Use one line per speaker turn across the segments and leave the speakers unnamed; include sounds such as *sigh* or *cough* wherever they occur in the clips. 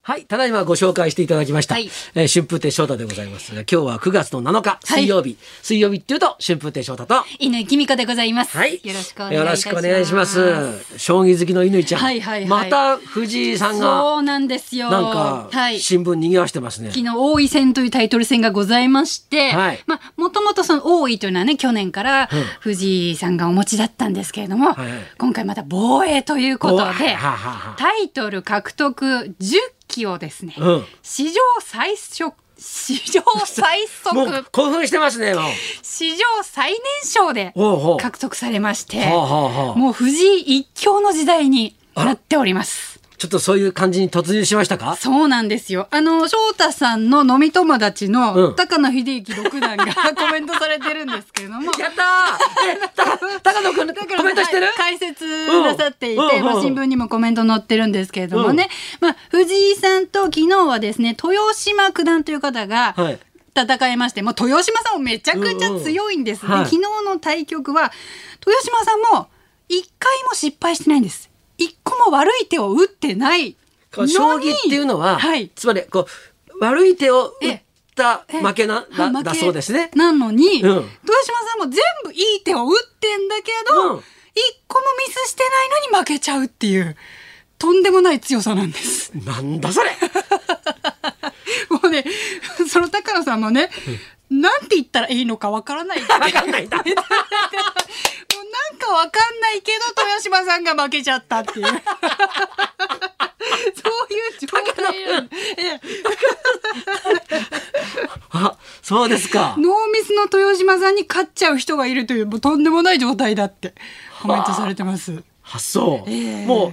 はい、ただいまご紹介していただきました。
はい
えー春風亭昇太でございますが。今日は9月の7日、水曜日。水曜日っていうと、春風亭昇太と。
犬きみこでございます。
はい。
よろしくお願いい
よ
た
ろ
し
し
ま
く
す。
お願いします。将棋好きの乾ちゃん。
はいはいはい
また藤井さんが、
そうなんですよ。
なんか
はい。、
新聞賑わしてますね。
昨日王位戦というタイトル戦がございまして、
はい
まあもともとその王位というのはね去年から
うん
藤井さんがお持ちだったんですけれども、
はい
今回また防衛ということ
おは
で
はは
タイトル獲得10期をですね、
うん
史上最速史上最
も
速
う興奮してますね、もう。
史上最年少で
ほうほう
獲得されまして、
ほうほうほう
もう藤井一強の時代になっております。
ちょっとそういう感じに突入しましたか
そうなんですよ。あの、翔太さんの飲み友達
う
の
ん
高野秀樹六段が *laughs* コメントされてるんですけれども。
やったーえた高野くん
だから
コメントしてる
はい解説なさっていて、
うんうん
まあ、新聞にもコメント載ってるんですけれどもね、まあ、藤井さんと昨日はですね豊島九段という方が
はい
戦いまして、もう豊島さんもめちゃくちゃ強いんです、
うんうん
で昨日の対局は豊島さんも一回も失敗してないんです一個も悪い手を打ってない
こ
の
う
に
将棋っていうのは、
はい、
つまりこう悪い手を打っ
ええ
た
え
負けなだ
負け
だそうですね。
なのに、
うん
豊島さんも全部いい手を打ってんだけど、
うん
一個もミスしてないのに負けちゃうっていうとんでもない強さなんです。
なんだそれ。
もうねその高野さんもね、なんて言ったらいいのかわからないって
わかんないん
*laughs*
だ。
もうなんかわかんないけど豊島さんが負けちゃっ
*laughs*
たっていうそういう状態なんええ
あ、そうですか。
ノーミスの豊島さんに勝っちゃう人がいるというもうとんでもない状態だってコメントされてます。
発想、
ええ
もう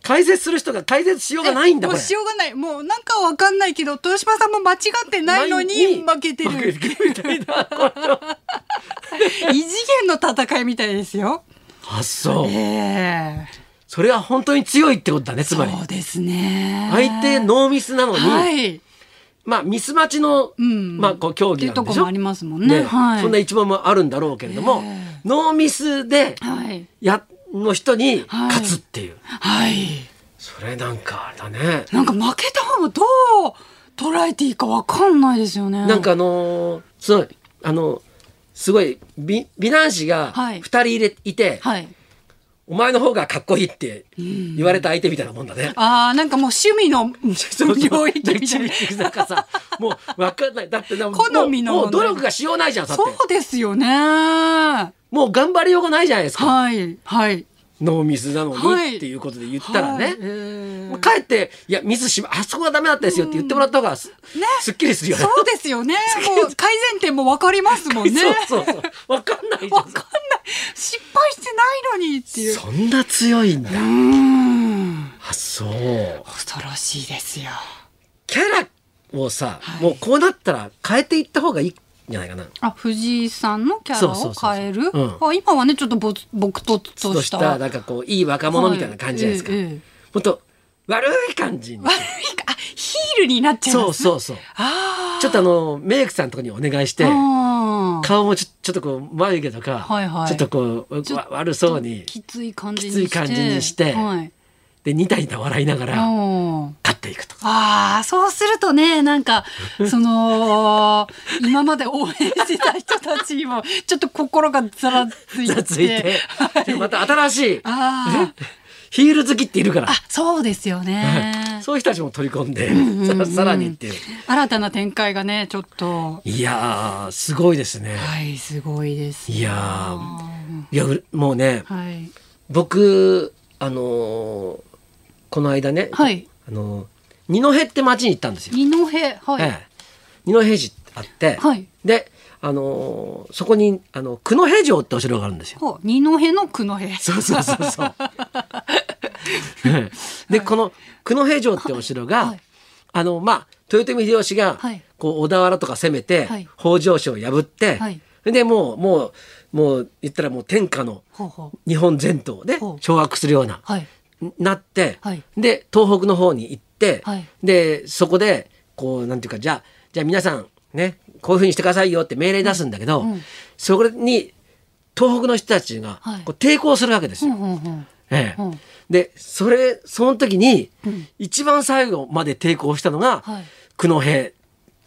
解説する人が解説しようがないんだ
も
こ
う
れ。
しようがないもうなんかわかんないけど豊島さんも間違ってないのに負けてる
負けてるみたいな。
*laughs*
これ
異次元の戦いみたいですよ。
発想
え。え
それは本当に強いってことだね。つ
そ
まり
うですね。
相手ノーミスなのに、
はい、
まあミス待ちの、
ん
まあこう競
って
技な
いうんと
で
こ
し
も
ょ
あ。りますもんね。はい。
そんな一問もあるんだろうけれども、
え
ノーミスで
はい
やの人に
はい
勝つっていう、
はい。
それなんかあれだね、
なんか負けた方もどう捉えていいかわかんないですよね。
なんかあのーすごいあのすごい美美男子が
はい
2人いれいて、
はい。
お前の方がかっこいいって言われた相手みたいなもんだね。
ああなんかもう趣味の領域
*laughs*
みたい
な。
な。
なんかさ、もうわかんない。だってな、
好みの
もうもう
問題
努力がしようないじゃん、だって
そ。うですよね。は
もう頑張りようがないじゃないですか。
いはい。
ノーミスなの
はい
にっていうことで言ったら
はい
ね。
えー
もう帰って、いや、ミスしま、あそこがダメだったですよって言ってもらった方がす、
ね
すっきりするよね。
そうですよね。もう改善点もわかりますもんね。
そうそうそう。わかんないじゃ
わか
ん
んない。失敗してないのにっていう。
そんな強いんだ
う。ん。
あ、そう。
恐ろしいですよ。
キャラをさ、
はい
もうこうなったら変えていった方がいいんじゃないかな。
あ、藤井さんのキャラ
そうそう
を
そうそう
変える。
う
あ、今はね、ちょっとぼ、僕とと
と
し。
したた、なんかこう、いい若者みたいな感じじゃないですか。
はいえええ
もっと、悪い感じに
え。悪いか、あ、ヒールになっちゃいます、
そ
ね。
うそうそう。
ああ。
ちょっとあの、メイクさんのとこにお願いして、
あー
顔もちょちょっとこう、眉毛とか、
はいはい
ちょっとこう、
ちょっ
わ
と
悪そうに、
きつい感じに
きつい
して。
感じにして
はい。
で、ニタニタ笑いながら、
ああ。
勝っていくとか。
ああ、そうするとね、なんか、その、今まで応援してた人たちにも、ちょっと心がざらつい
*laughs*
て。
ついて、
はい
でまた新しい、
あー
ヒール好きっているから
あ、、そうですよ
*laughs*
ね。
そういう人たちも取り込んで、
んうん
ささらにっていう。
新たな展開がね、ちょっと。
いやー、すごいですね。
はい、すごいですよ。
いやいや、うもうね、
はい。
僕、あのーこの間ね、
はい。
あのー二戸って町に行ったんですよ。
二戸、は
え
い。
え二戸市ってあって、
はい
で、あのーそこにあの九戸城ってお城があるんですよ。
ほう、二戸の九戸。
そうそうそうそう。で、この九戸城ってお城が、
はい
あのまあ豊臣秀吉が、
はい
こう小田原とか攻めて、
はい
北条氏を破って、
はい
でもうもうもう言ったらもう天下の
ほうほう。
日本全島で
ほう
掌握するような、
はい。
なって、
はい
で東北の方に行って、
はい
でそこでこうなんていうかじゃあじゃあ皆さんねこういうふうにしてくださいよって命令出すんだけど、
うんうん
そこに東北の人たちが
はい
こう抵抗するわけです
ほう
よ。
ほうほう。
ええ
うん
でそれその時に、
うん
一番最後まで抵抗したのが、
はい
九戸兵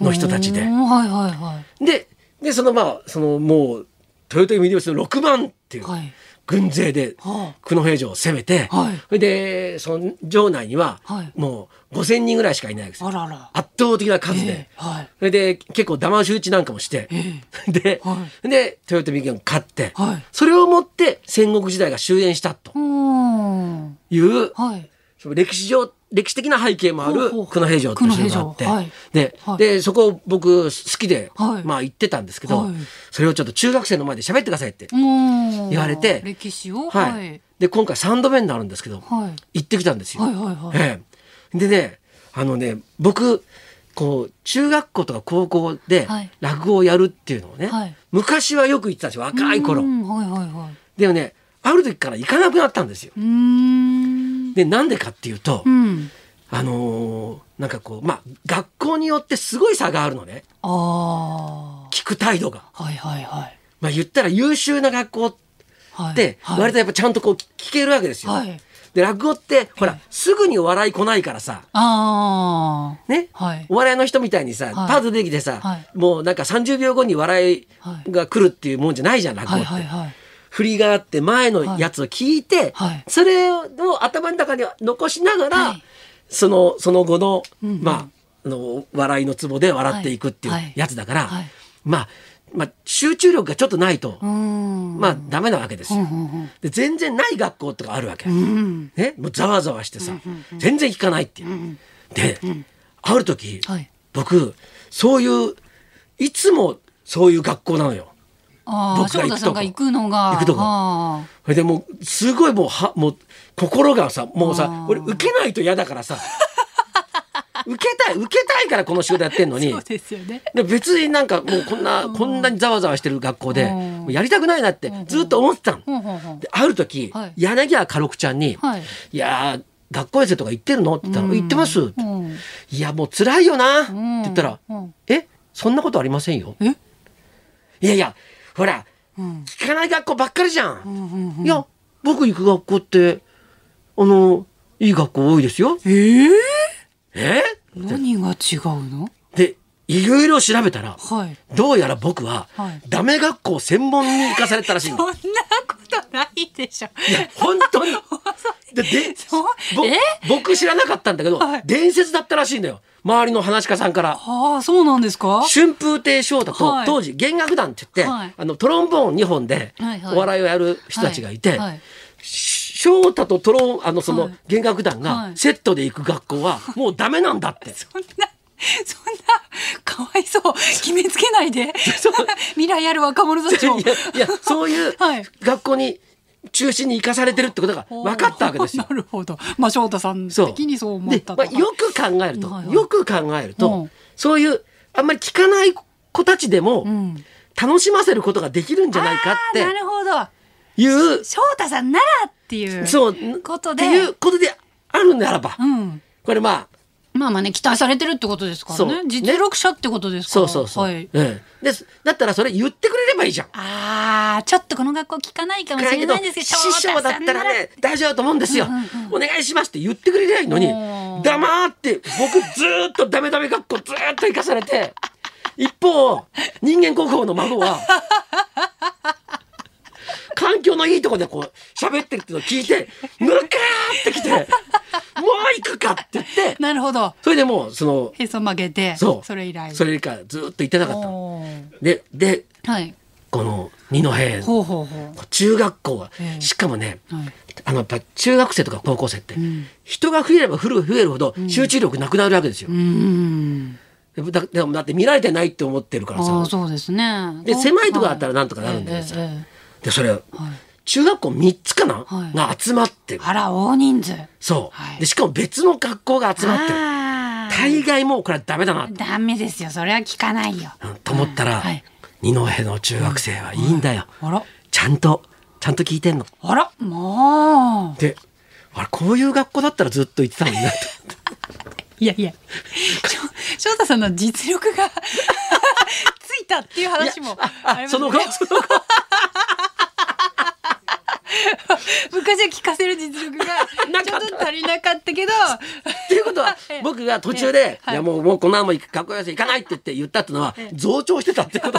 の人たちで
うーんはいはいは
ででそのまあそのもう豊臣秀吉の6万ってい
いうはい
軍勢で
は
九戸城を攻めて、
はい
それでその城内には
はい
もう5,000人ぐらいしかいないんです
ああ
よ
らら
圧倒的な数で、
ええはい
それで結構騙し討ちなんかもして、
え
で,、
は
で豊臣家が勝って、
はい
それをもって戦国時代が終焉したと
うーん
いう
はい
その歴史上歴史的な背景もある
ほうほう
久野平城っていうのがあって、
久野平城はい
で,、
はい
でそこを僕好きで、
はい
まあ行ってたんですけど、
はい
それをちょっと中学生の前で喋ってくださいって、
うーん
言われて
歴史を
はい
はい
で今回3度目になるんですけど、
はい
行ってきたんですよ。
はいはいはい
ええでねあのね僕こう中学校とか高校で
はい
落語をやるっていうのをね、
はい
昔はよく行ってたんですよ若いう頃
ー。んはいはいはい
でもねある時から行かなくなったんですよ。
うーん
でなんでかっていうと、
うん
あのーなんかこうまあ学校によってすごい差があるのね
あ
聞く態度が。
あはいはいはい
まあ言ったら優秀な学校っ
はい
て
はい
割とやっぱちゃんとこう聞けるわけですよ。
はい
で落語ってほ
え
らすぐにお笑い来ないからさ
ああ
ね
はい
お笑いの人みたいにさ、
い
パート出てきてさ、
はい
もうなんか30秒後に笑いが来るっていうもんじゃないじゃん、落語
は
っ
い
て、
はいはい
振りがあって前のやつを聞いて、
はい
それを頭の中に残しながら、
はい
そのその後の、
うんうん
まああの笑いのツボで笑っていくっていう
はいはい
やつだから、
はい
まあ、まあ集中力がちょっとないと、
うーん
まあダメなわけです
う
よ。
んうん
で全然ない学校とかあるわけ。
うんうん
ね、もうざわざわしてさ、全然聞かないっていう。で、ある時、
はい
僕そういういつもそういう学校なのよ。
ああ
僕が行く
翔
とこ
太さんが行くのが
行くとこ
あ
それでもうすごいもうはもう心がさもう
あ
さ
ー
俺受けないと嫌だからさ *laughs* 受けたい受けたいからこの仕事やってんの
ー
に
そうですよね
で別になんかもうこんなこんなにざわざわしてる学校で
うん
もうやりたくないなってずっと思ってたの。
ほんほんほん
である時、
はい
柳家軽くちゃんに「
はい
い、やー学校衛生とか行ってるの?」って言ったら「
うん
行ってます」って
うん
いやもう辛いよな」って言ったら「
うん
えそんなことありませんよ」
え
いやいやほら
うん
聞かない学校ばっかりじゃ、
うんんうん
いや僕行く学校ってあのいい学校多いですよ
えー
え
何が違うの
でいろいろ調べたら
はい
どうやら僕は、
はい
ダメ学校専門に行かされたらしいん
そ
だ
んなことないでしょ
いや本当にでで
そう
ぼ
え
僕知らなかったんだけど、
はい
伝説だったらしいんだよ周りの話し家さんから。
ああそうなんですか
春風亭昇太と、
はい
当時弦楽団って言って、
はい
あのトロンボーン2本で
はいはい
お笑いをやる人たちがいて、
はいはい
翔太とトロンあのその
はい
弦楽団
は
が
い
セットで行く学校は
*laughs*
もうダメなんだって。
そんな、そんな、かわいそう。決めつけないで。 *laughs* 未来ある若者たち
*laughs*
を。
いやいやそういう
はい
学校に中心に行かされてるってことが分かったわけですよ
*laughs* おー。なるほど。まあ、翔太さん
そう
的にそう思っ
で
たと
ま
か。
あ、よく考えると、
はいはい
よく考えると、
うん
そういうあんまり聞かない子たちでも、
うん
楽しませることができるんじゃないかっ
あーな
て
るほど。
いう
翔太さんならっていう。
そう
こと
っ
で。
ていうことであるならば、
うん。
これまあ
まあまあね、期待されてるってことですから
そう
ね
ね。
実力者ってことですか
そ
ら。
うそうそう、
はい。
うん、でだったらそれ言ってくれればいいじゃん。
ああ、ちょっとこの学校聞かないかもしれないんですけど、
師
翔
匠
太
だ
さ
っ
ん
た
な
ら
ら。
ね大丈夫だと思うんですよ、
うんうん
お願いしますって言ってくれりゃいいのに
うん
黙って僕ずーっとダメダメ学校ずーっと行かされて一方人間国宝の孫は環境のいいとこでこう喋ってるっていうのを聞いて「むかー!」ってきて「もう行くか!」って言って
なるほど。
それでもうその
へそ曲げて、
そう
れ以来。
それ以下ずーっと行ってなかったの
おー
でで
はい。
この二戸
ほうほうほ
中学校は
ええ
しかもね
う。はい。
あのやっぱ中学生とか高校生って、
ん
人が増えれば増える増えるほど集中力なくなるわけですよ
う。ん。
だでもだって見られてないって思ってるから
ああ、
さ
そうですね。
で狭いとこだった
ら
らなんとかなるんだけどさ、
えええ
でそれ
えはい
中学校3つかな、
はい
が集まってる
あら、大人数。
そう、
はい
でしかも別の学校が集まってる
ああ
大概もうこれはダメだな、
ダメですよ。それは聞かないよ。
うんと思ったら、
はい
二戸の中学生はいいんだよ、
あら、
ちゃんとちゃんと聞いてんの。
あら、も
であれこういう学校だったらずっと行ってたの
*laughs*
になと。
う。いやいや。しょ翔太さんの実力が *laughs* ついたっていう話も
あ
りますね
その後その後
昔は聞かせる実力が
*laughs* な
ち
か
ょ
った
っと足りなかったけど
っていうことは
*laughs* ええ
僕が途中で「
はい
いやもうもうこのまま行くかっこよせ行かない」って言って言ったってのは増長してたって
*laughs*
こと。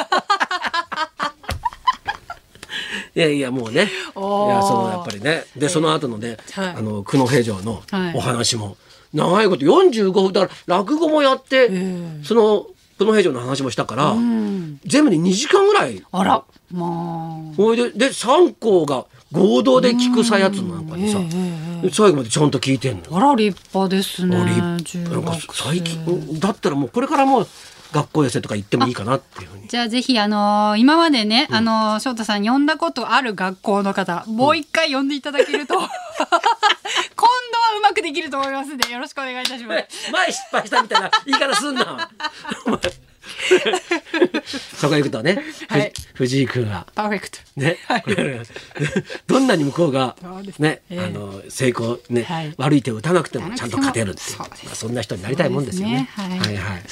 いやいやもうねいや
おー
そのやっぱりねでその後のね、
はい
あの久野平城の
はい
お話も長いこと45分だから落語もやって、
え
その久野平城の話もしたから、
うん
全部で2時間ぐらい
あらま
ほいでで3校が合同で聞くさやつの中でさ、
うんえ
最後までちゃんと聞いてんの。
ああら立派ですね
あ立
中
なんか
学生
最近だったらもうこれからもう学校寄せとか行ってもいいかなっていうふうに
じゃあぜひあのー今までね、あのー翔太さん呼んだことある学校の方もう一回呼んでいただけ *laughs* ると、今度はうまくできると思いますんでよろしくお願いいたします。
前失敗したみたいな言い方すんな *laughs* お前そこ行くとね、
はい
ふ藤井君は
パーフェクト。
ね、 *laughs* どんなに向こうが
そうです
ね、
ええ
あの成功ね、
はい
悪い手を打たなくて
打た
も
なく
ち
て
ゃんと
も
勝てるっていう
そうです
まあ、そんな人になりたいもんですよね。
そうですね
は
はいい
はい、ね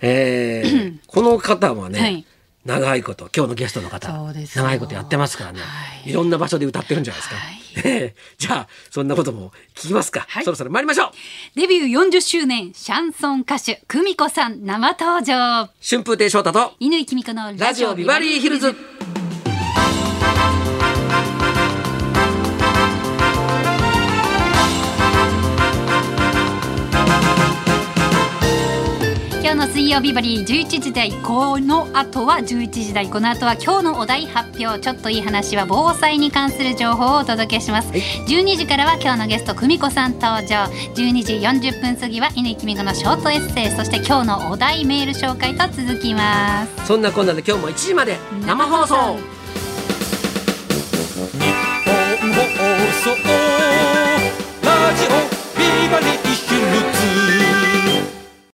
え
*clears throat*
ーこの方はね、
はい
長いこと今日のゲストの方
そうですよ
長いことやってますからね、
はい
い、ろんな場所で歌ってるんじゃないですか。ええじゃあそんなことも聞きますか、
はい
そろそろ参りましょう
デビュー40周年シャンソン歌手久美子さん生登場。
春風亭昇太と
犬井君子の
ラ
ラ
ジ
ジ
オ
オ
ビ
ビ
バ
バ
リ
リ
ー
ー
ヒ
ヒ
ル
ル
ズ
ズ。今日の水曜ビバリー11時台この後は11時台この後は今日のお題発表ちょっといい話は防災に関する情報をお届けします、
はい
12時からは今日のゲスト久美子さん登場12時40分過ぎは乾きみ子のショートエッセイそして今日のお題メール紹介と続きます
そんなこんなで今日も1時まで生放送
生放送
日本放送